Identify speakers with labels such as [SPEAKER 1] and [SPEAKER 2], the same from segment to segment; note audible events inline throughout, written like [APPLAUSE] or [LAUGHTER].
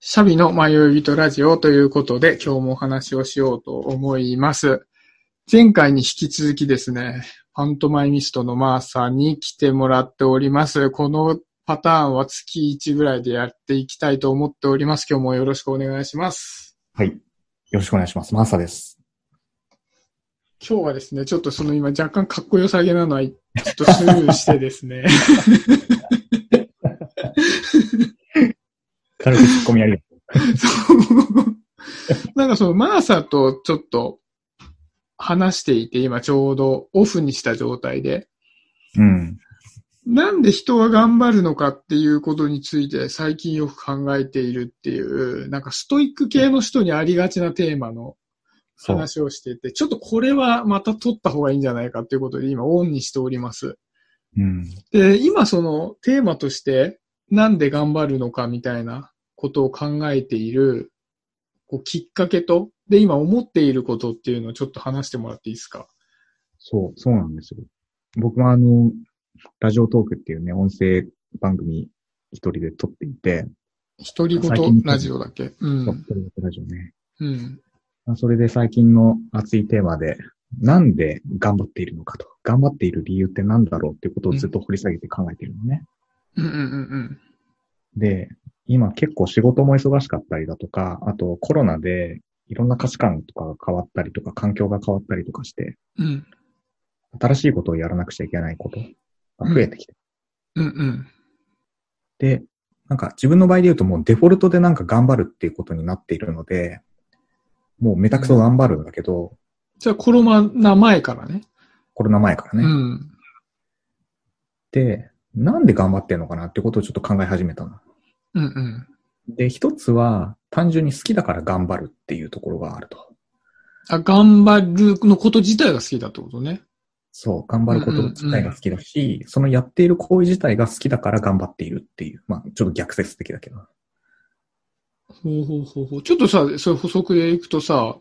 [SPEAKER 1] シャビの迷い人ラジオということで、今日もお話をしようと思います。前回に引き続きですね、パントマイミストのマーサに来てもらっております。このパターンは月1ぐらいでやっていきたいと思っております。今日もよろしくお願いします。
[SPEAKER 2] はい。よろしくお願いします。マーサです。
[SPEAKER 1] 今日はですね、ちょっとその今若干かっこよさげなのは、ちょっとスルーしてですね、 [LAUGHS]
[SPEAKER 2] 軽くツッコミありがとう。
[SPEAKER 1] そうなんかそのマーサとちょっと話していて、今ちょうどオフにした状態で、
[SPEAKER 2] うん。
[SPEAKER 1] なんで人は頑張るのかっていうことについて最近よく考えているっていう、なんかストイック系の人にありがちなテーマの
[SPEAKER 2] そう。
[SPEAKER 1] 話をしてて、ちょっとこれはまた取った方がいいんじゃないかっていうことで今オンにしております。
[SPEAKER 2] うん。
[SPEAKER 1] で、今そのテーマとして、なんで頑張るのかみたいなことを考えている、こう、きっかけと、で、今思っていることっていうのをちょっと話してもらっていいですか
[SPEAKER 2] そう、そうなんですよ。僕はあの、ラジオトークっていうね、音声番組一人で撮っていて、
[SPEAKER 1] 独り
[SPEAKER 2] 最
[SPEAKER 1] 言
[SPEAKER 2] 近
[SPEAKER 1] ラジオだっけう
[SPEAKER 2] そう、
[SPEAKER 1] ん
[SPEAKER 2] 一。人でラジオね。
[SPEAKER 1] うん。
[SPEAKER 2] まあそれで最近の熱いテーマで、なんで頑張っているのかと。頑張っている理由ってなんだろうっていうことをずっと掘り下げて考えているのね。
[SPEAKER 1] うんうんうん
[SPEAKER 2] で、今結構仕事も忙しかったりだとか、あとコロナでいろんな価値観とかが変わったりとか、環境が変わったりとかして、
[SPEAKER 1] うん。うん。
[SPEAKER 2] 新しいことをやらなくちゃいけないことが増えてきて。
[SPEAKER 1] うんうん。
[SPEAKER 2] で、なんか自分の場合で言うともうデフォルトでなんか頑張るっていうことになっているので、もうめたくそ頑張るんだけど、
[SPEAKER 1] じゃあ、コロナ前からね。
[SPEAKER 2] コロナ前から
[SPEAKER 1] う
[SPEAKER 2] ね。
[SPEAKER 1] ん。
[SPEAKER 2] で、なんで頑張ってんのかなってことをちょっと考え始めたの。
[SPEAKER 1] うんうん。
[SPEAKER 2] で、一つは単純に好きだから頑張るっていうところがあると。
[SPEAKER 1] あ、頑張るのこと自体が好きだってことね。
[SPEAKER 2] そう、頑張ること自体が好きだし、そのやっている行為自体が好きだから頑張っているっていう。まあ、ちょっと逆説的だけど。 [LAUGHS]
[SPEAKER 1] ほうほうほうほう。ちょっとさ、それ補足でいくとさ、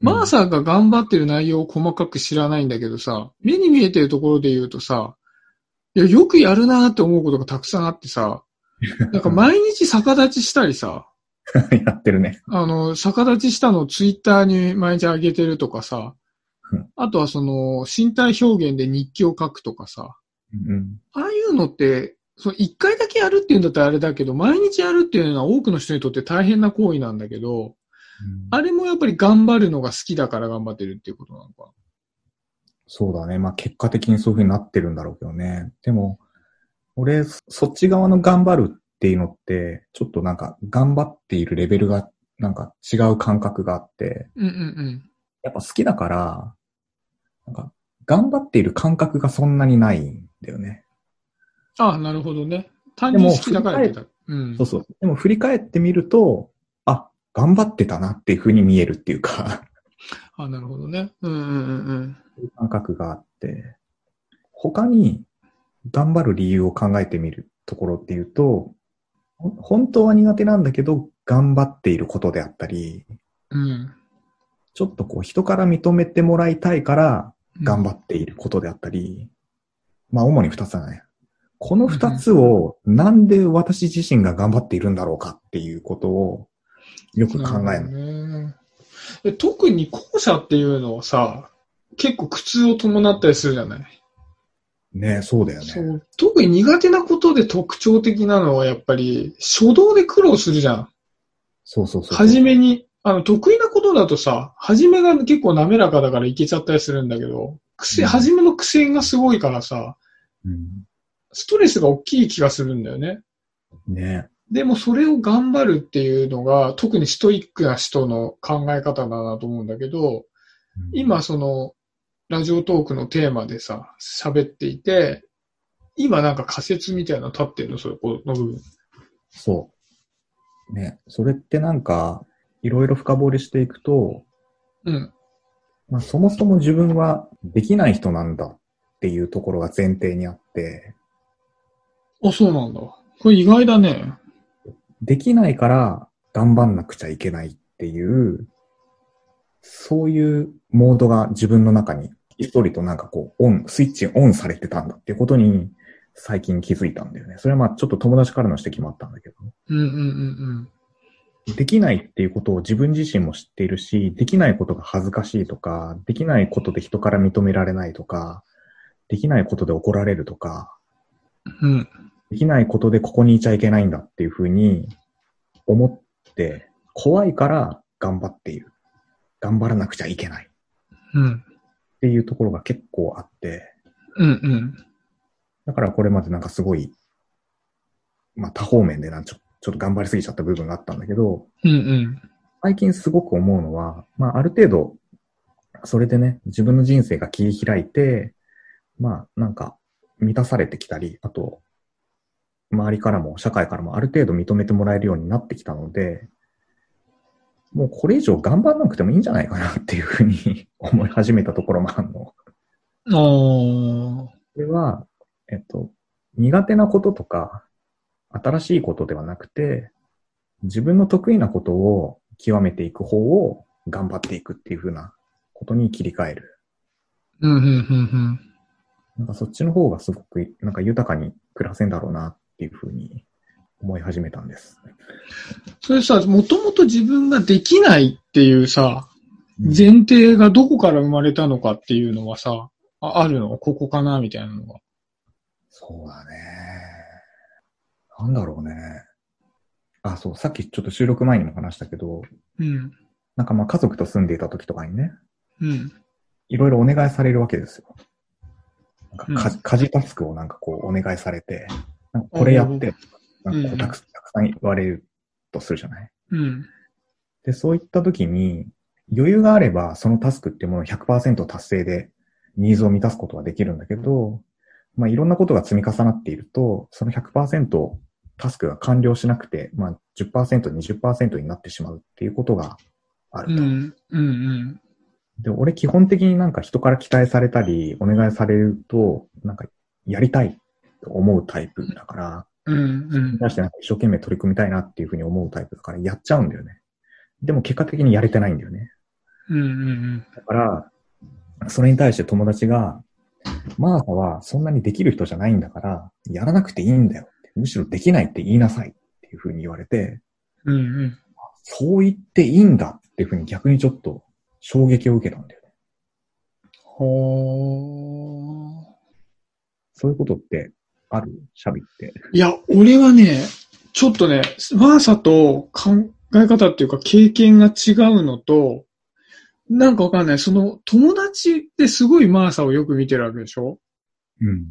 [SPEAKER 1] マーサーが頑張ってる内容を細かく知らないんだけどさ、目に見えてるところで言うとさ、いや、よくやるなーって思うことがたくさんあってさ、
[SPEAKER 2] [LAUGHS]
[SPEAKER 1] なんか毎日逆立ちしたりさ、
[SPEAKER 2] やってるね。
[SPEAKER 1] あの、逆立ちしたのをツイッターに毎日上げてるとかさ
[SPEAKER 2] うん、
[SPEAKER 1] あとはその、身体表現で日記を書くとかさ、
[SPEAKER 2] うん。
[SPEAKER 1] ああいうのって、その一回だけやるっていうんだったらあれだけど、毎日やるっていうのは多くの人にとって大変な行為なんだけど、あれもやっぱり頑張るのが好きだから頑張ってるっていうことなのか。
[SPEAKER 2] そうだね。まあ結果的にそういう風になってるんだろうけどね。でも、俺、そそっち側の頑張るっていうのって、ちょっとなんか頑張っているレベルがなんか違う感覚があって、
[SPEAKER 1] うんうん
[SPEAKER 2] やっぱ好きだから、なんか頑張っている感覚がそんなにないんだよね。
[SPEAKER 1] うん。あなるほどね。単純に好きだからやってた。うん。
[SPEAKER 2] そうそう。でも振り返ってみると、あ、頑張ってたなっていう風に見えるっていうか、
[SPEAKER 1] あなるほどね。うんうんうんうん。
[SPEAKER 2] そういう感覚があって、他に頑張る理由を考えてみるところっていうと、ほ本当は苦手なんだけど、頑張っていることであったり、
[SPEAKER 1] うん。
[SPEAKER 2] ちょっとこう人から認めてもらいたいから頑張
[SPEAKER 1] っ
[SPEAKER 2] っていることであったり、まあ主に二つだね。この二つをなんで私自身が頑張っているんだろうかっていうことをよく考える。
[SPEAKER 1] ね。で特に後者っていうのはさ、結構苦痛を伴ったりするじゃない、
[SPEAKER 2] ねそうだよ
[SPEAKER 1] そ
[SPEAKER 2] ね。
[SPEAKER 1] う。特に苦手なことで特徴的なのはやっぱり初動で苦労するじゃん。
[SPEAKER 2] そうそうそう。
[SPEAKER 1] はじめに、あの、得意なことだとさ、はじめが結構滑らかだからいけちゃったりするんだけど、癖、
[SPEAKER 2] うん
[SPEAKER 1] はじめの苦戦がすごいからさ、
[SPEAKER 2] うん
[SPEAKER 1] ストレスが大きい気がするんだよね。
[SPEAKER 2] ね
[SPEAKER 1] でもそれを頑張るっていうのが、特にストイックな人の考え方だなと思うんだけど、今その、ラジオトークのテーマでさ、喋っていて、今なんか仮説みたいなの立ってるの、それこの部分。
[SPEAKER 2] そう。ねそれってなんか、いろいろ深掘りしていくと、
[SPEAKER 1] うん。
[SPEAKER 2] まあ、そもそも自分はできない人なんだっていうところが前提にあって、
[SPEAKER 1] あ、そうなんだ。これ意外だね。
[SPEAKER 2] できないから頑張んなくちゃいけないっていう、そういうモードが自分の中に、ひっそりとなんかこう、オン、スイッチオンされてたんだっていうことに、最近気づいたんだよね。それはまあちょっと友達からの指摘もあったんだけど。
[SPEAKER 1] うんうんうんうん。
[SPEAKER 2] できないっていうことを自分自身も知っているし、できないことが恥ずかしいとか、できないことで人から認められないとか、できないことで怒られるとか、
[SPEAKER 1] うん。
[SPEAKER 2] できないことでここにいちゃいけないんだっていうふうに思って、怖いから頑張っている。頑張らなくちゃいけない
[SPEAKER 1] うん。
[SPEAKER 2] っていうところが結構あって、
[SPEAKER 1] うん。うん。
[SPEAKER 2] だからこれまでなんかすごい、まあ多方面でなんちょちょっと頑張りすぎちゃった部分があったんだけど、
[SPEAKER 1] うん。
[SPEAKER 2] 最近すごく思うのは、まあある程度、それでね、自分の人生が切り開いて、まあなんか満たされてきたり、あと、周りからも社会からもある程度認めてもらえるようになってきたので、もうこれ以上頑張らなくてもいいんじゃないかなっていうふうに思い始めたところもあるの。
[SPEAKER 1] うん。おー。
[SPEAKER 2] これは、えっと、苦手なこととか、新しいことではなくて、自分の得意なことを極めていく方を頑張っていくっていう風なことに切り替える。
[SPEAKER 1] うん。うん。うん。
[SPEAKER 2] なんかそっちの方がすごく、なんか豊かに暮らせんだろうなっていう風に思い始めたんです。
[SPEAKER 1] それさ、もともと自分ができないっていうさ、前提がどこから生まれたのかっていうのはさ、ああるのここかなみたいなのが。
[SPEAKER 2] そうだね。なんだろうね。あ、そう、さっきちょっと収録前にも話したけど、
[SPEAKER 1] うん。
[SPEAKER 2] なんかまあ家族と住んでいた時とかにね、
[SPEAKER 1] うん。
[SPEAKER 2] いろいろお願いされるわけですよ。なんか
[SPEAKER 1] う
[SPEAKER 2] 家家事タスクをなんかこうお願いされて、なんかこれやって、な
[SPEAKER 1] う
[SPEAKER 2] んかこ
[SPEAKER 1] ん
[SPEAKER 2] うたくたくさん言われるとするじゃない
[SPEAKER 1] うん。
[SPEAKER 2] で、そういった時に余裕があればそのタスクっていうものを100%達成でニーズを満たすことはできるんだけど、まあいろんなことが積み重なっていると、その100%タスクが完了しなくて、まあ10%、20%になってしまうっていうことがあ
[SPEAKER 1] う
[SPEAKER 2] ると。
[SPEAKER 1] ん。うん。
[SPEAKER 2] で、俺基本的になんか人から期待されたり、お願いされると、なんかやりたいと思うタイプだから、
[SPEAKER 1] うん。うん。
[SPEAKER 2] 出してなんか一生懸命取り組みたいなっていうふうに思うタイプだからやっちゃうんだよね。でも結果的にやれてないんだよね。
[SPEAKER 1] うん。うん。
[SPEAKER 2] だから、それに対して友達が、マーサはそんなにできる人じゃないんだから、やらなくていいんだよって。むしろできないって言いなさいっていうふうに言われて、
[SPEAKER 1] うん。うん。
[SPEAKER 2] そう言っていいんだっていうふうに逆にちょっと衝撃を受けたんだよね。
[SPEAKER 1] ほー。
[SPEAKER 2] そういうことってあるシャビって。
[SPEAKER 1] いや、俺はね、ちょっとね、マーサと考え方っていうか経験が違うのと、なんかわかんない。その友達ってすごいマーサをよく見てるわけでしょ
[SPEAKER 2] うん。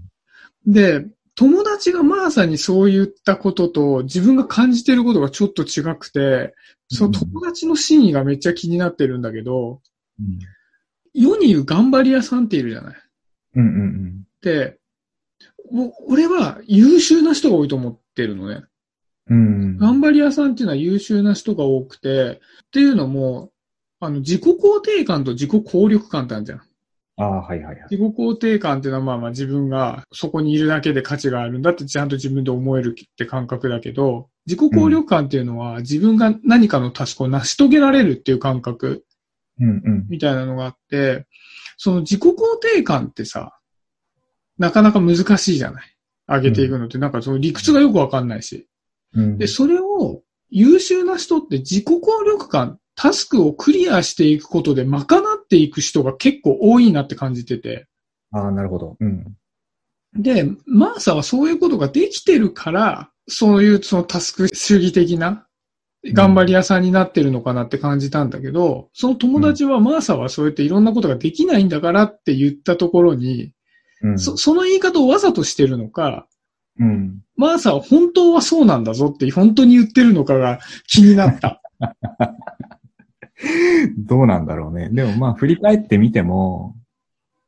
[SPEAKER 1] で、友達がマーサにそう言ったことと自分が感じてることがちょっと違くて、その友達の真意がめっちゃ気になってるんだけど、世に言う頑張り屋さんっているじゃない
[SPEAKER 2] うんうんうん。
[SPEAKER 1] で、お俺は優秀な人が多いと思ってるのね。
[SPEAKER 2] うん。
[SPEAKER 1] 頑張り屋さんっていうのは優秀な人が多くて、っていうのも、あの、自己肯定感と自己効力感ってあるじゃん。
[SPEAKER 2] ああ、はいはいはい。
[SPEAKER 1] 自己肯定感っていうのはまあまあ自分がそこにいるだけで価値があるんだってちゃんと自分で思えるって感覚だけど、自己効力感っていうのは自分が何かのタスクを成し遂げられるっていう感覚
[SPEAKER 2] うんうん。
[SPEAKER 1] みたいなのがあって、その自己肯定感ってさ、なかなか難しいじゃない上げていくのって、なんかその理屈がよくわかんないし。
[SPEAKER 2] うん
[SPEAKER 1] で、それを優秀な人って自己効力感、タスクをクリアしていくことで賄っていく人が結構多いなって感じてて。
[SPEAKER 2] ああ、なるほど。うん。
[SPEAKER 1] で、マーサはそういうことができてるから、そういうそのタスク主義的な頑張り屋さんになってるのかなって感じたんだけど、その友達はマーサはそうやっていろんなことができないんだからって言ったところに、
[SPEAKER 2] うん。
[SPEAKER 1] そその言い方をわざとしてるのか、
[SPEAKER 2] うん。
[SPEAKER 1] マーサは本当はそうなんだぞって本当に言ってるのかが気になった。
[SPEAKER 2] どうなんだろうね。でもまあ、振り返ってみても、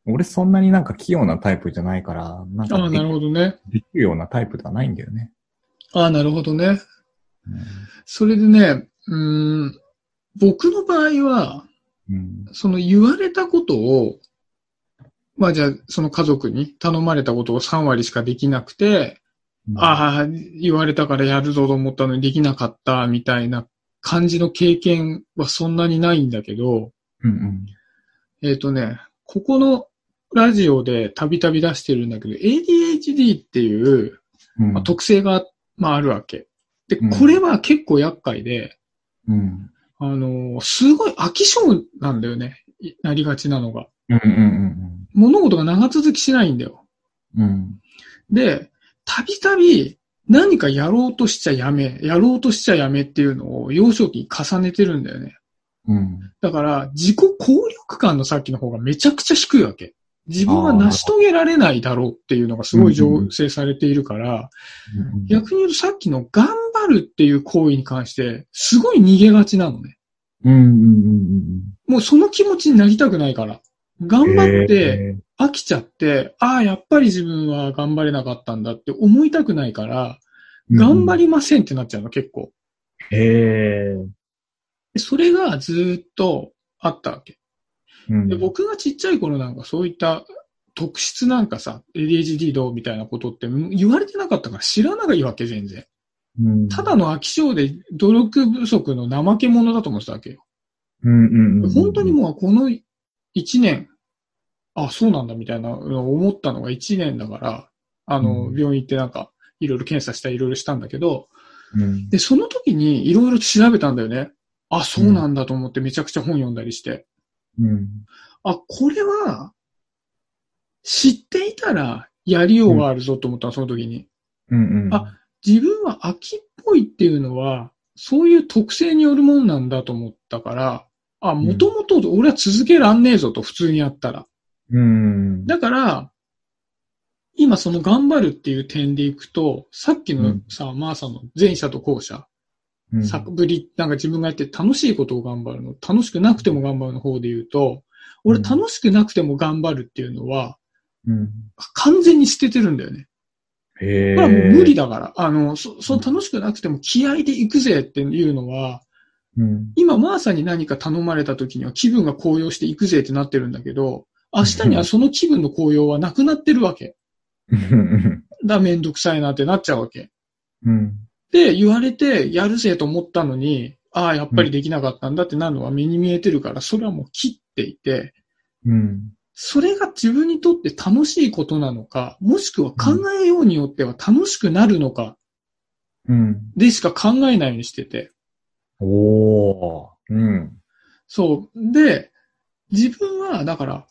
[SPEAKER 2] 俺そんなになんか器用なタイプじゃないから、
[SPEAKER 1] [LAUGHS]
[SPEAKER 2] なん
[SPEAKER 1] あ
[SPEAKER 2] か
[SPEAKER 1] あ、な
[SPEAKER 2] で
[SPEAKER 1] るほどね。
[SPEAKER 2] できるようなタイプではないんだよね。
[SPEAKER 1] ああ、なるほどね。
[SPEAKER 2] う
[SPEAKER 1] それでね、うーん、僕の場合は、
[SPEAKER 2] ん。うん
[SPEAKER 1] その言われたことを、まあじゃあ、その家族に頼まれたことを3割しかできなくて、ああ、言われたからやるぞと思ったのにできなかった、みたいな感じの経験はそんなにないんだけど、
[SPEAKER 2] うんうん。
[SPEAKER 1] えっ、とね、ここのラジオでたびたび出してるんだけど、ADHD っていう、
[SPEAKER 2] うん
[SPEAKER 1] まあ、特性が、まあ、あるわけ。で、
[SPEAKER 2] うん
[SPEAKER 1] これは結構厄介で、
[SPEAKER 2] うん。
[SPEAKER 1] あの、すごい飽き性なんだよね。いなりがちなのが。
[SPEAKER 2] うんうん
[SPEAKER 1] 物事が長続きしないんだよ。
[SPEAKER 2] うんうん。うん。
[SPEAKER 1] で、たびたび何かやろうとしちゃやめ、やろうとしちゃやめっていうのを幼少期に重ねてるんだよね。
[SPEAKER 2] うん。
[SPEAKER 1] だから、自己効力感のさっきの方がめちゃくちゃ低いわけ。自分は成し遂げられないだろうっていうのがすごい醸成されているから、
[SPEAKER 2] うん
[SPEAKER 1] 逆に言うとさっきの頑張るっていう行為に関して、すごい逃げがちなのね。
[SPEAKER 2] うんうんうん
[SPEAKER 1] もうその気持ちになりたくないから。
[SPEAKER 2] うん。
[SPEAKER 1] 頑張って、
[SPEAKER 2] え
[SPEAKER 1] 飽きちゃって、ああ、やっぱり自分は頑張れなかったんだって思いたくないから、
[SPEAKER 2] ー、
[SPEAKER 1] 頑張りませんってなっちゃうの、結構。
[SPEAKER 2] り。へえ。
[SPEAKER 1] でそれがずーっとあったわけ。
[SPEAKER 2] うん
[SPEAKER 1] で、僕がちっちゃい頃なんかそういった特質なんかさ、ADHD どうみたいなことってうん言われてなかったから知らないわけ、全然。
[SPEAKER 2] うん
[SPEAKER 1] ただ、の飽き性で努力不足の怠け者だと思ってたわけよ。
[SPEAKER 2] うんうんうん。
[SPEAKER 1] 本当にもうこの1年、あ、そうなんだみたいなのを思ったのが1年だから、あの
[SPEAKER 2] う、ん
[SPEAKER 1] 病院行ってなんか、いろいろ検査したりいろいろしたんだけど、
[SPEAKER 2] うん。
[SPEAKER 1] で、その時にいろいろ調べたんだよね。あ、そうなんだと思ってめちゃくちゃ本読んだりして。
[SPEAKER 2] うん。
[SPEAKER 1] あ、これは、知っていたらやりようがあるぞと思ったの、その時に。
[SPEAKER 2] うんうん。
[SPEAKER 1] あ、自分は秋っぽいっていうのは、そういう特性によるもんなんだと思ったから、あ、もともと俺は続けらんねえぞと、普通にやったら。
[SPEAKER 2] うん。
[SPEAKER 1] だから、今その頑張るっていう点でいくと、さっき
[SPEAKER 2] う
[SPEAKER 1] の
[SPEAKER 2] ん
[SPEAKER 1] さ、マーサの前者と後者、
[SPEAKER 2] うん
[SPEAKER 1] 作ぶり、なんか自分がやって楽しいことを頑張るの、楽しくなくても頑張るの方で言うと、俺
[SPEAKER 2] うん
[SPEAKER 1] 楽しくなくても頑張るっていうのは、
[SPEAKER 2] うん。
[SPEAKER 1] 完全に捨ててるんだよね。
[SPEAKER 2] へえ。
[SPEAKER 1] これはもう無理だから、あの、そ、そう楽しくなくても気合で行くぜっていうのは、
[SPEAKER 2] うん。
[SPEAKER 1] 今マーサに何か頼まれた時には気分が高揚して行くぜってなってるんだけど、明日にはその気分の高揚はなくなってるわけ。
[SPEAKER 2] うん。
[SPEAKER 1] だ、めんどくさいなってなっちゃうわけ。
[SPEAKER 2] うん。
[SPEAKER 1] で、言われてやるぜと思ったのに、ああ、やっぱりできなかったんだってなるのは目に見えてるから、それはもう切っていて、
[SPEAKER 2] うん。
[SPEAKER 1] それが自分にとって楽しいことなのか、もしくは考えようによっては楽しくなるのか、
[SPEAKER 2] うん。
[SPEAKER 1] でしか考えないようにしてて。
[SPEAKER 2] おー。うん。
[SPEAKER 1] そう。で、自分は、だから、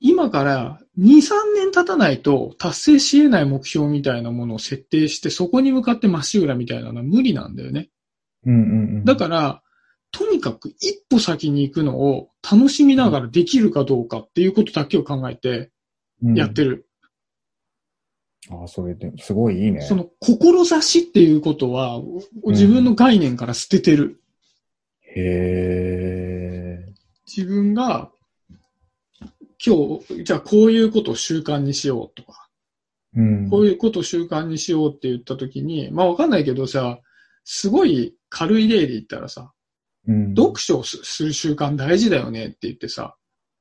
[SPEAKER 1] 今から2、3年経たないと達成し得ない目標みたいなものを設定して、そこに向かってまっしぐらみたいなのは無理なんだよね。
[SPEAKER 2] うんうんうん。
[SPEAKER 1] だから、とにかく一歩先に行くのを楽しみながらできるかどうかっていうことだけを考えて
[SPEAKER 2] ら
[SPEAKER 1] やって
[SPEAKER 2] る。
[SPEAKER 1] る。
[SPEAKER 2] ああ、それで、すごいいいね。
[SPEAKER 1] その、志っていうことは、お自分の概念から捨ててる。
[SPEAKER 2] へえ。
[SPEAKER 1] 自分が、今日、じゃあこういうことを習慣にしようとか、
[SPEAKER 2] うん。
[SPEAKER 1] こういうことを習慣にしようって言ったときに、まあわかんないけどさ、すごい軽い例で言ったらさ、
[SPEAKER 2] うん。
[SPEAKER 1] 読書をすする習慣大事だよねって言ってさ、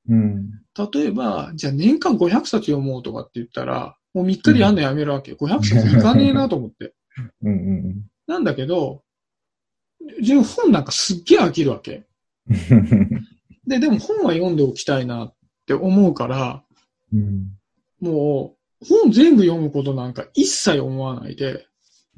[SPEAKER 2] うん。
[SPEAKER 1] 例えば、じゃあ年間500冊読もうとかって言ったら、もう3日でやんのやめるわけ。500冊いかねえなと思って。
[SPEAKER 2] うんうん
[SPEAKER 1] なんだけど、自分本なんかすっげえ飽きるわけ。
[SPEAKER 2] うん。
[SPEAKER 1] で、でも本は読んでおきたいなって思うから、
[SPEAKER 2] うん。
[SPEAKER 1] もう本全部読むことなんか一切思わないで、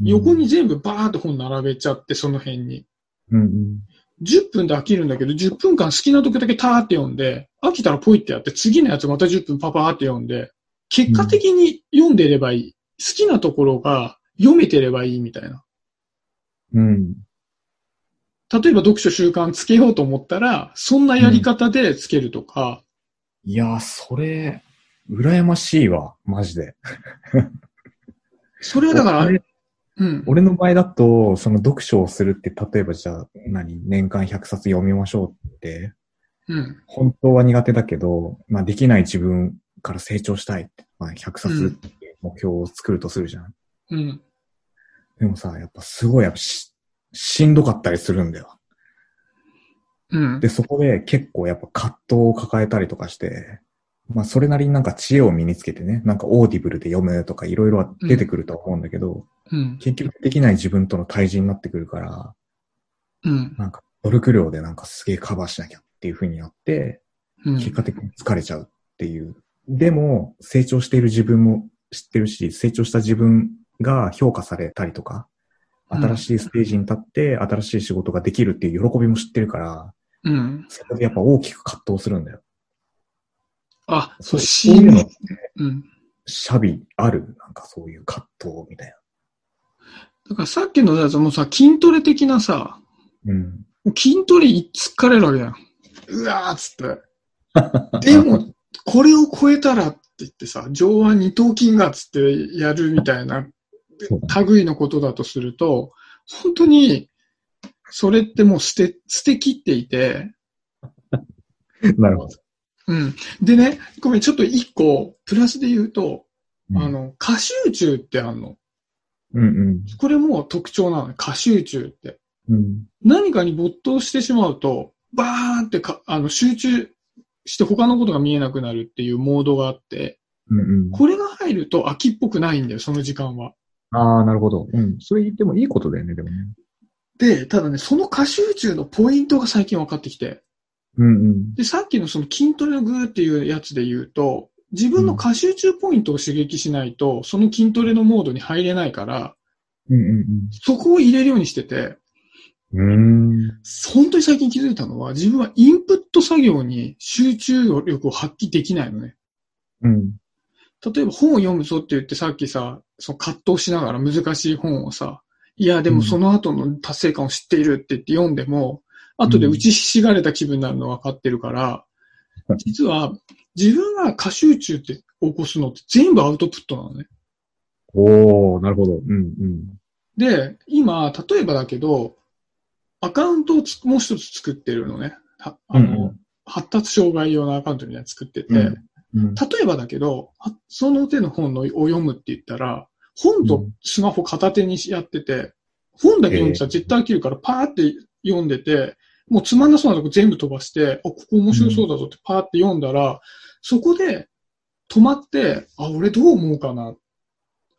[SPEAKER 1] 横に全部バーって本並べちゃって、その辺に。
[SPEAKER 2] うんうん。
[SPEAKER 1] 10分で飽きるんだけど、10分間好きな時だけターって読んで、飽きたらポイってやって、次のやつまた10分パパーって読んで、結果的に読んでればいい。好きなところが読めてればいいみたいな。
[SPEAKER 2] うん。
[SPEAKER 1] 例えば読書習慣つけようと思ったら、そんなやり方でつけるとか、
[SPEAKER 2] いやー、それ、羨ましいわ、マジで。
[SPEAKER 1] それはだから、
[SPEAKER 2] 俺
[SPEAKER 1] うん。
[SPEAKER 2] 俺の場合だと、その読書をするって、例えばじゃあ、何、年間100冊読みましょうって、
[SPEAKER 1] うん。
[SPEAKER 2] 本当は苦手だけど、まあできない自分から成長したいって、まあ100冊っていう目標を作るとするじゃん。
[SPEAKER 1] うん。
[SPEAKER 2] でもさ、やっぱすごい、やっぱし、しんどかったりするんだよ。
[SPEAKER 1] うん
[SPEAKER 2] で、。そこで結構やっぱ葛藤を抱えたりとかして、まあそれなりになんか知恵を身につけてね、なんかオーディブルで読むとかいろいろは出てくるとは思うんだけど、
[SPEAKER 1] うん。
[SPEAKER 2] 結局できない自分との対峙になってくるから、
[SPEAKER 1] うん。
[SPEAKER 2] なんか努力量でなんかすげえカバーしなきゃっていう風になって、
[SPEAKER 1] うん
[SPEAKER 2] 結果的に疲れちゃうっていう。でも、成長している自分も知ってるし、成長した自分が評価されたりとか、新しいステージに立って、新しい仕事ができるっていう喜びも知ってるから、
[SPEAKER 1] うん。
[SPEAKER 2] そこでやっぱ大きく葛藤するんだよ。
[SPEAKER 1] あ、そう、
[SPEAKER 2] そういうの、
[SPEAKER 1] うん。
[SPEAKER 2] シャビある、なんかそういう葛藤みたい
[SPEAKER 1] だからさっきのやつもさ、筋トレ的なさ、
[SPEAKER 2] な。うん。
[SPEAKER 1] もう筋トレいっつかれるわけじゃん。うわーっつって。でも、これを超えたらって言ってさ、上腕二頭筋がっつってやるみたいな
[SPEAKER 2] そうだね
[SPEAKER 1] 類のことだとすると、本当に、それってもう捨て、捨て切っていて、
[SPEAKER 2] なるほど。
[SPEAKER 1] うん。でね、ごめん、ちょっと一個、プラスで言うと、
[SPEAKER 2] うん
[SPEAKER 1] あの、過集中ってあんの。
[SPEAKER 2] うんうん
[SPEAKER 1] これも特徴なの。過集中って。
[SPEAKER 2] うん。
[SPEAKER 1] 何かに没頭してしまうと、バーンってか、あの、集中して他のことが見えなくなるっていうモードがあって、
[SPEAKER 2] うんうん。
[SPEAKER 1] これが入ると飽きっぽくないんだよ、その時間は。
[SPEAKER 2] ああ、なるほど。うん。それ言ってもいいことだよね、でもね。
[SPEAKER 1] で、ただね、その過集中のポイントが最近分かってきて、
[SPEAKER 2] うんうん。
[SPEAKER 1] で、さっきのその筋トレのグーっていうやつで言うと、自分の過集中ポイントを刺激しないと、その筋トレのモードに入れないから、
[SPEAKER 2] うん
[SPEAKER 1] そこを入れるようにしてて、
[SPEAKER 2] うんうん。うーん。
[SPEAKER 1] 本当に最近気づいたのは、自分はインプット作業に集中力を発揮できないのね。
[SPEAKER 2] うん。
[SPEAKER 1] 例えば本を読むぞって言ってさっきさ、その葛藤しながら難しい本をさ、いやでもその後の達成感を知っているって言って読んでも、後で打ちひしがれた気分になるの分かってるから
[SPEAKER 2] うん、
[SPEAKER 1] 実は自分が過集中って起こすのって全部アウトプットなのね。
[SPEAKER 2] おおなるほど。うんうん。
[SPEAKER 1] で、今、例えばだけど、アカウントをつもう一つ作ってるのね。はあの、
[SPEAKER 2] うん
[SPEAKER 1] 発達障害用のアカウントみたいなの作ってて、
[SPEAKER 2] うんうん。
[SPEAKER 1] 例えばだけど、あその手の本のを読むって言ったら、本とスマホ片手にやってて、本だけ読んでたら絶対飽きるからパーって読んでて、もうつまんなそうなとこ全部飛ばして、あ、ここ面白そうだぞってパーって読んだら、そこで止まって、あ、俺どう思うかな。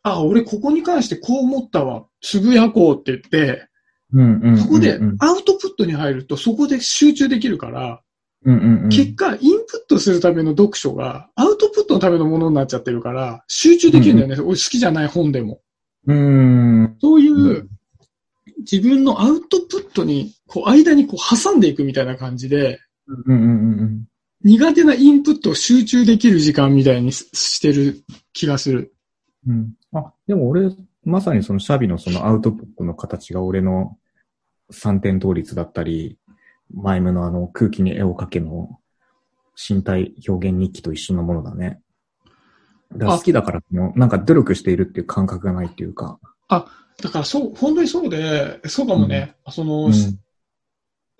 [SPEAKER 1] あ、俺ここに関してこう思ったわ。つぶやこうって言って、
[SPEAKER 2] うんうんうんうん。
[SPEAKER 1] そこで
[SPEAKER 2] うん
[SPEAKER 1] アウトプットに入るとそこで集中できるから、
[SPEAKER 2] うんうん。
[SPEAKER 1] 結果、インプットするための読書が、アウトプットのためのものになっちゃってるから、集中できるんだよね。俺好きじゃない本でも。
[SPEAKER 2] うーん。
[SPEAKER 1] そういう、
[SPEAKER 2] うん
[SPEAKER 1] 自分のアウトプットに、こう、間にこう、挟んでいくみたいな感じで、
[SPEAKER 2] うんうんうんうん。
[SPEAKER 1] 苦手なインプットを集中できる時間みたいにししてる気がする。
[SPEAKER 2] うん。あ、でも俺、まさにそのシャビのそのアウトプットの形が俺の三点倒立だったり、マイムのあの空気に絵を描けの身体表現日記と一緒のものだね。だから
[SPEAKER 1] あ
[SPEAKER 2] 好きだからその、なんか努力しているっていう感覚がないっていうか。
[SPEAKER 1] だからそう、本当にそうで、そうかもね。その、
[SPEAKER 2] うん。
[SPEAKER 1] だ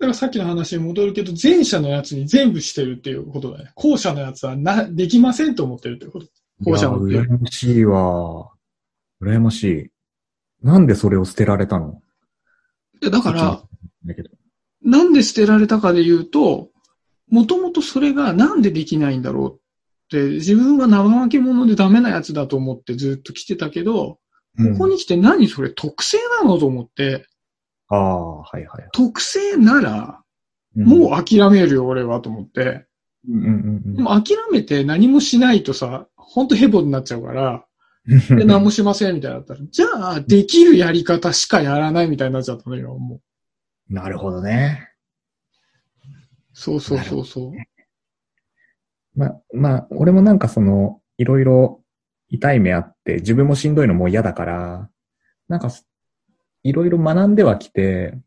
[SPEAKER 1] からさっきの話に戻るけど、前者のやつに全部してるっていうことだね。後者のやつはな、できませんと思ってるってこと。後者の
[SPEAKER 2] いや、羨ましいわ。羨ましい。なんでそれを捨てられたの
[SPEAKER 1] いやだから、
[SPEAKER 2] だけど。
[SPEAKER 1] なんで捨てられたかで言うと、もともとそれがなんでできないんだろうって、自分が生け者でダメなやつだと思ってずっと来てたけど、
[SPEAKER 2] うん
[SPEAKER 1] ここに来て何それ特性なのと思って、
[SPEAKER 2] ああ、はいはい。
[SPEAKER 1] 特性なら、
[SPEAKER 2] うん
[SPEAKER 1] もう諦めるよ俺はと思って、
[SPEAKER 2] うんうんうん
[SPEAKER 1] でも諦めて何もしないとさ、ほんとヘボになっちゃうから、
[SPEAKER 2] [LAUGHS] うん。
[SPEAKER 1] で、何もしませんみたいになったら、じゃあ、できるやり方しかやらないみたいになっちゃったのよ、もう。
[SPEAKER 2] なるほどね。
[SPEAKER 1] そうそうそうそう。
[SPEAKER 2] ま、まあ、俺もなんかその、いろいろ痛い目あって、自分もしんどいのもう嫌だから、なんか、いろいろ学んではきて、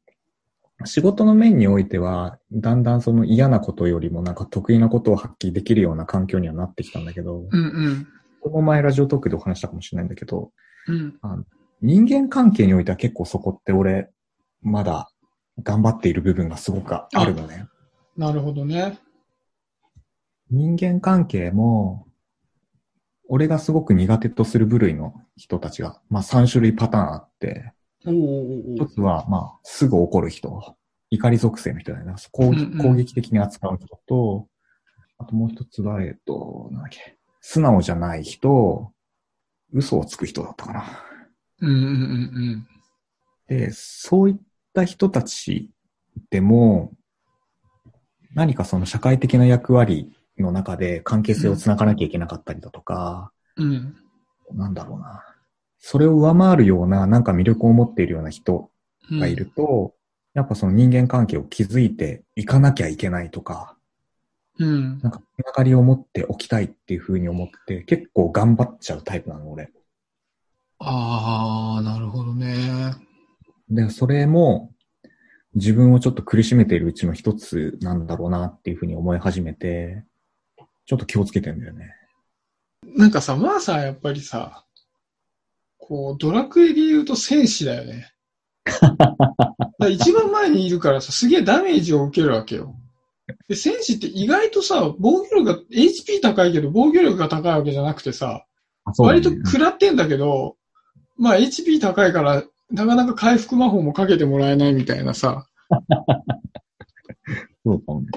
[SPEAKER 2] 仕事の面においては、だんだんその嫌なことよりもなんか得意なことを発揮できるような環境にはなってきたんだけど、
[SPEAKER 1] うんうん。
[SPEAKER 2] この前ラジオトークでお話したかもしれないんだけど、
[SPEAKER 1] うん。
[SPEAKER 2] 人間関係においては結構そこって俺、まだ頑張っている部分がすごくあるのね。
[SPEAKER 1] なるほどね。
[SPEAKER 2] 人間関係も、俺がすごく苦手とする部類の人たちが、まあ3種類パターンあって、
[SPEAKER 1] おーおーおー
[SPEAKER 2] 一つは、まあ、すぐ怒る人、怒り属性の人だよな、攻
[SPEAKER 1] うんうん
[SPEAKER 2] 撃攻撃的に扱う人と、あともう一つは、えっと、なんだっけ、素直じゃない人、嘘をつく人だったかな。
[SPEAKER 1] うんうんうん
[SPEAKER 2] で、そういった人たちでも、何かその社会的な役割の中で関係性をつながなきゃいけなかったりだとか、
[SPEAKER 1] うん。うん。
[SPEAKER 2] なんだろうな。それを上回るような、なんか魅力を持っているような人がいると、やっぱその人間関係を築いていかなきゃいけないとか、
[SPEAKER 1] うん。
[SPEAKER 2] なんかつながりを持っておきたいっていうふうに思って、結構頑張っちゃうタイプなの、俺。
[SPEAKER 1] ああ、なるほどね。
[SPEAKER 2] で、それも、自分をちょっと苦しめているうちの一つなんだろうなっていうふうに思い始めて、ちょっと気をつけてんだよね。
[SPEAKER 1] なんかさ、まあさ、やっぱりさ、こう、ドラクエで言うと戦士だよ
[SPEAKER 2] [LAUGHS]
[SPEAKER 1] ね。だから一番前にいるからさ、すげえダメージを受けるわけよ。で、戦士って意外とさ、防御力が、HP 高いけど防御力が高いわけじゃなくてさ、割と食らってんだけど、まあ HP 高いから、なかなか回復魔法もかけてもらえないみたいなさ、
[SPEAKER 2] そうかもね。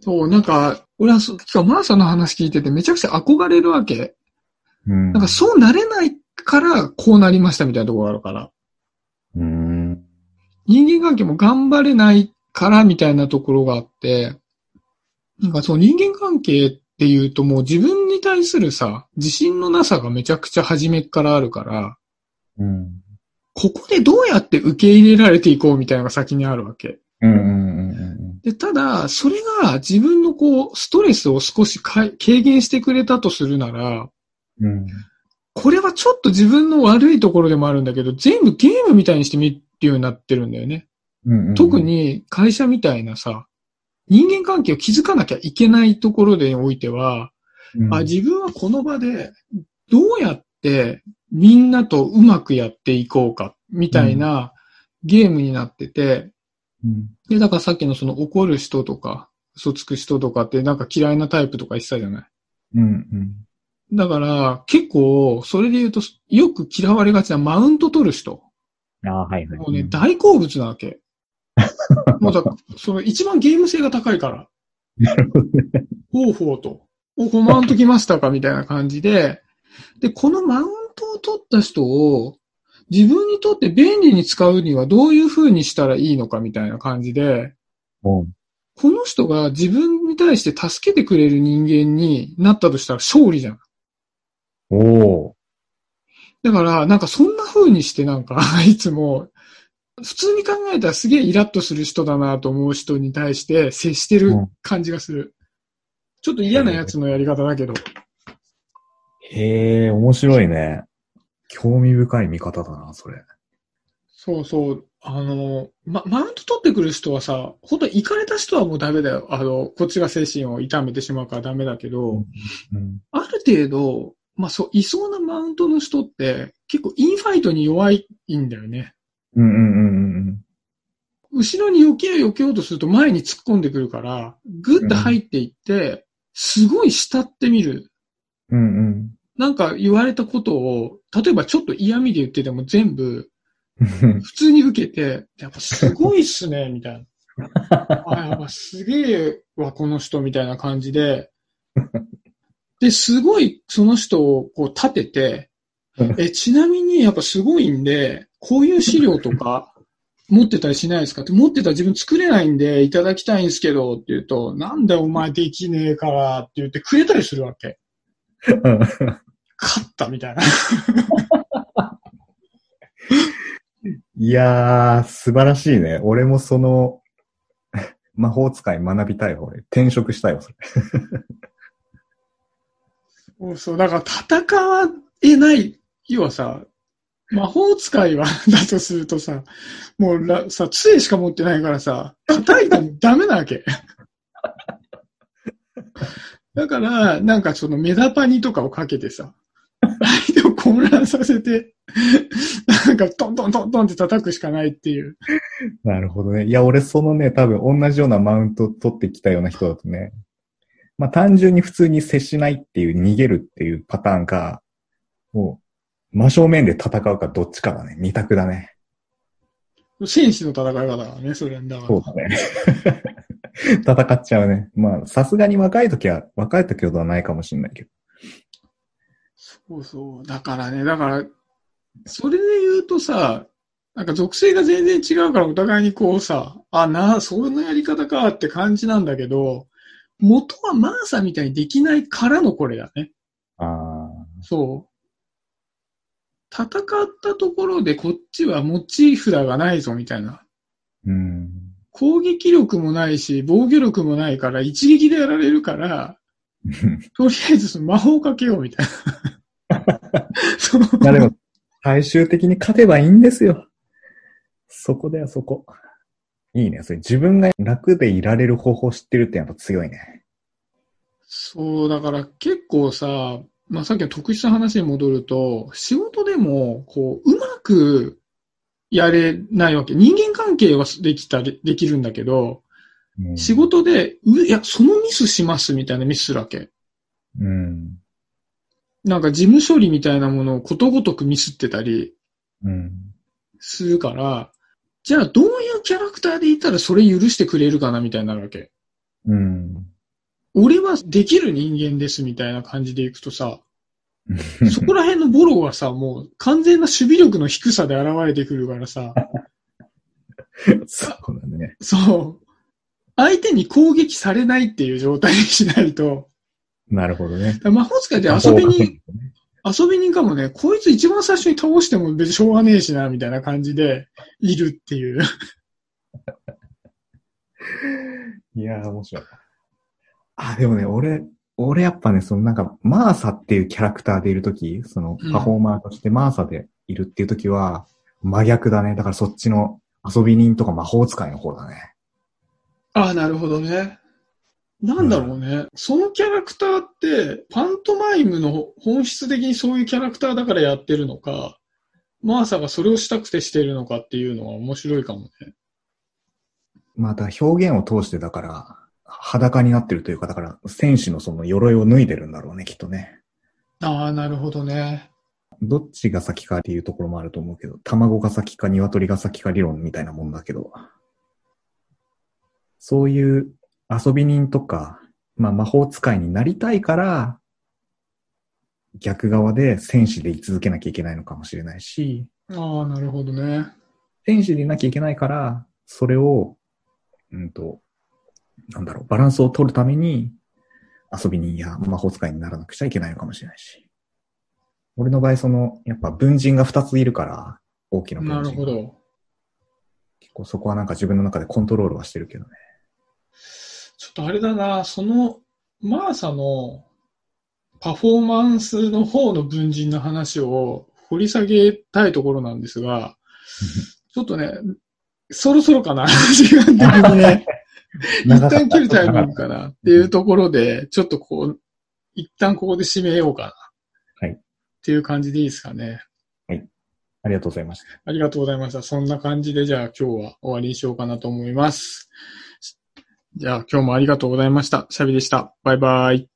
[SPEAKER 1] そう、なんか、俺はそ、しかもマーサの話聞いててめちゃくちゃ憧れるわけ。
[SPEAKER 2] うん。
[SPEAKER 1] なんかそうなれないからこうなりましたみたいなところがあるから。
[SPEAKER 2] うーん。
[SPEAKER 1] 人間関係も頑張れないからみたいなところがあって、なんかそう人間関係っていうともう自分に対するさ、自信のなさがめちゃくちゃ初めっからあるから、
[SPEAKER 2] うん。
[SPEAKER 1] ここでどうやって受け入れられていこうみたいなのが先にあるわけ。
[SPEAKER 2] うんうんうんうん
[SPEAKER 1] で、ただ、それが自分のこう、ストレスを少しかい軽減してくれたとするなら、
[SPEAKER 2] うん。うん。
[SPEAKER 1] これはちょっと自分の悪いところでもあるんだけど、全部ゲームみたいにして見るようになってるんだよね。
[SPEAKER 2] うんうん
[SPEAKER 1] 特、に会社みたいなさ、人間関係を築かなきゃいけないところでおいては、
[SPEAKER 2] うん
[SPEAKER 1] あ、自分はこの場でどうやってみんなとうまくやっていこうか、みたいなゲームになってて、
[SPEAKER 2] うん
[SPEAKER 1] で、だからさっきのその怒る人とか、嘘つく人とかってなんか嫌いなタイプとか言ってたじゃない
[SPEAKER 2] うんうん。
[SPEAKER 1] だから、結構、それで言うと、よく嫌われがちなマウント取る人。
[SPEAKER 2] ああ、はいはい。
[SPEAKER 1] もうね、大好物なわ
[SPEAKER 2] [LAUGHS]
[SPEAKER 1] け。もうだから、その一番ゲーム性が高いから。
[SPEAKER 2] なるほどね。
[SPEAKER 1] ほうほうと。お、このマウント来ましたかみたいな感じで。で、このマウントを取った人を、自分にとって便利に使うにはどういう風にしたらいいのかみたいな感じで、
[SPEAKER 2] うん
[SPEAKER 1] この人が自分に対して助けてくれる人間になったとしたら勝利じゃん。
[SPEAKER 2] おお。
[SPEAKER 1] だから、なんかそんな風にしてなんか、 [LAUGHS] いつも、普通に考えたらすげえイラッとする人だなと思う人に対して接してる感じがする。ちょっと嫌なやつのやり方だけど。
[SPEAKER 2] へえ、面白いね。興味深い見方だな、それ。
[SPEAKER 1] そうそう。あの、ま、マウント取ってくる人はさ、ほんと行かれた人はもうダメだよ。あの、こっちが精神を痛めてしまうからダメだけど、
[SPEAKER 2] うん。
[SPEAKER 1] ある程度、まあ、そう、いそうなマウントの人って結構インファイトに弱いんだよね。
[SPEAKER 2] うんうんうんうん
[SPEAKER 1] 後ろに避けよう避けようとすると前に突っ込んでくるから、ぐって入っていって、すごい慕ってみる。
[SPEAKER 2] うん。うんうん。
[SPEAKER 1] なんか言われたことを、例えばちょっと嫌味で言ってても全部
[SPEAKER 2] うん
[SPEAKER 1] 普通に受けて、やっぱすごいっすね、みたいな。あ、やっぱすげえわ、この人みたいな感じで。で、すごいその人をこう立てて、え、ちなみにやっぱすごいんで、こういう資料とか持ってたりしないですかって、持ってたら自分作れないんでいただきたいんですけどって言うと、なんだよお前できねえからって言ってくれたりするわけ。勝ったみたいな。
[SPEAKER 2] いやー、素晴らしいね。俺もその、 [LAUGHS] 魔法使い学びたいわ、俺。転職したいわ、それ。
[SPEAKER 1] そうそう、だから戦わえない、要はさ、魔法使いは、だとするとさ、もうらさ、杖しか持ってないからさ、叩いてもダメなわけ。 [LAUGHS] だから、なんかそのメダパニとかをかけてさ、相手を混乱させて、なんかトントントントンって叩くしかないっていう。
[SPEAKER 2] なるほどね。いや、俺そのね、多分同じようなマウント取ってきたような人だとね、まあ単純に普通に接しないっていう、逃げるっていうパターンか、もう、真正面で戦うかどっちかだね。二択だね。
[SPEAKER 1] 戦士の戦い方だからね、それだから。
[SPEAKER 2] そうだね。 [LAUGHS] 戦っちゃうね。まあ、さすがに若い時は、若い時ほどはないかもしれないけど。
[SPEAKER 1] そうそう。だからね、だから、それで言うとさ、なんか属性が全然違うからお互いにこうさ、あ、なあ、そんなやり方かって感じなんだけど、元はマーサみたいにできないからのこれだね。
[SPEAKER 2] ああ。
[SPEAKER 1] そ戦ったところでこっちは持ち札がないぞみたいな。
[SPEAKER 2] うん。
[SPEAKER 1] 攻撃力もないし、防御力もないから、一撃でやられるから、とりあえずその魔法かけようみたいな。そう
[SPEAKER 2] まあでも、最終的に勝てばいいんですよ。そこだよ、そこ。いいね。それ自分が楽でいられる方法知ってるってやっぱ強いね。
[SPEAKER 1] そう、だから結構さ、まあ、さっきの特殊な話に戻ると、仕事でも、こう、うまくやれないわけ。人間関係はできたり、できるんだけど、
[SPEAKER 2] うん
[SPEAKER 1] 仕事で、ういや、そのミスしますみたいなミスするわけ。
[SPEAKER 2] うん。
[SPEAKER 1] なんか事務処理みたいなものをことごとくミスってたり
[SPEAKER 2] うん。
[SPEAKER 1] するから、じゃあどういうキャラクターでいたらそれ許してくれるかなみたいになるわけ。
[SPEAKER 2] うん。
[SPEAKER 1] 俺はできる人間ですみたいな感じでいくとさ、そこら辺のボロはさ、もう完全な守備力の低さで現れてくるからさ、
[SPEAKER 2] そうだね。
[SPEAKER 1] そう。相手に攻撃されないっていう状態にしないと、
[SPEAKER 2] なるほどね
[SPEAKER 1] だ。から魔法使いって遊びに、遊び人かもね、こいつ一番最初に倒しても別にしょうがねえしな、みたいな感じで、いるっていう。
[SPEAKER 2] いやー、面白い。あ、でもね、俺、俺やっぱね、そのなんか、マーサっていうキャラクターでいるとき、その
[SPEAKER 1] うん
[SPEAKER 2] パフォーマーとしてマーサでいるっていうときは、真逆だね。だからそっちの遊び人とか魔法使いの方だね。
[SPEAKER 1] ああ、なるほどね。なんだろうね、そのキャラクターって、パントマイムの本質的にそういうキャラクターだからやってるのか、マーサがそれをしたくてしてるのかっていうのは面白いかもね。
[SPEAKER 2] また表現を通してだから、裸になってるというか、だから、戦士のその鎧を脱いでるんだろうね、きっとね。
[SPEAKER 1] ああ、なるほどね。
[SPEAKER 2] どっちが先かっていうところもあると思うけど、卵が先か鶏が先か理論みたいなもんだけど、そういう遊び人とか、まあ魔法使いになりたいから、逆側で戦士で居続けなきゃいけないのかもしれないし、
[SPEAKER 1] ああ、なるほどね。
[SPEAKER 2] 戦士でいなきゃいけないから、それを、うんと、なんだろう、バランスを取るために、遊び人や魔法使いにならなくちゃいけないのかもしれないし。俺の場合、その、やっぱ文人が2ついるから、大きな文人
[SPEAKER 1] な
[SPEAKER 2] が。
[SPEAKER 1] るほど。
[SPEAKER 2] 結構そこはなんか自分の中でコントロールはしてるけどね。
[SPEAKER 1] ちょっとあれだな、その、マーサのパフォーマンスの方の文人の話を掘り下げたいところなんです [LAUGHS] が、ちょっとね、そろそろかな、時間的に
[SPEAKER 2] [LAUGHS]
[SPEAKER 1] ね、 [LAUGHS] 一旦切るタイミングかなっていうところで、ちょっとこう、一旦ここで締めようかな。
[SPEAKER 2] はい
[SPEAKER 1] っていう感じでいいですかね。
[SPEAKER 2] ありがとうございました。
[SPEAKER 1] ありがとうございました。そんな感じで、じゃあ今日は終わりにしようかなと思います。じゃあ今日もありがとうございました。シャビでした。バイバイ。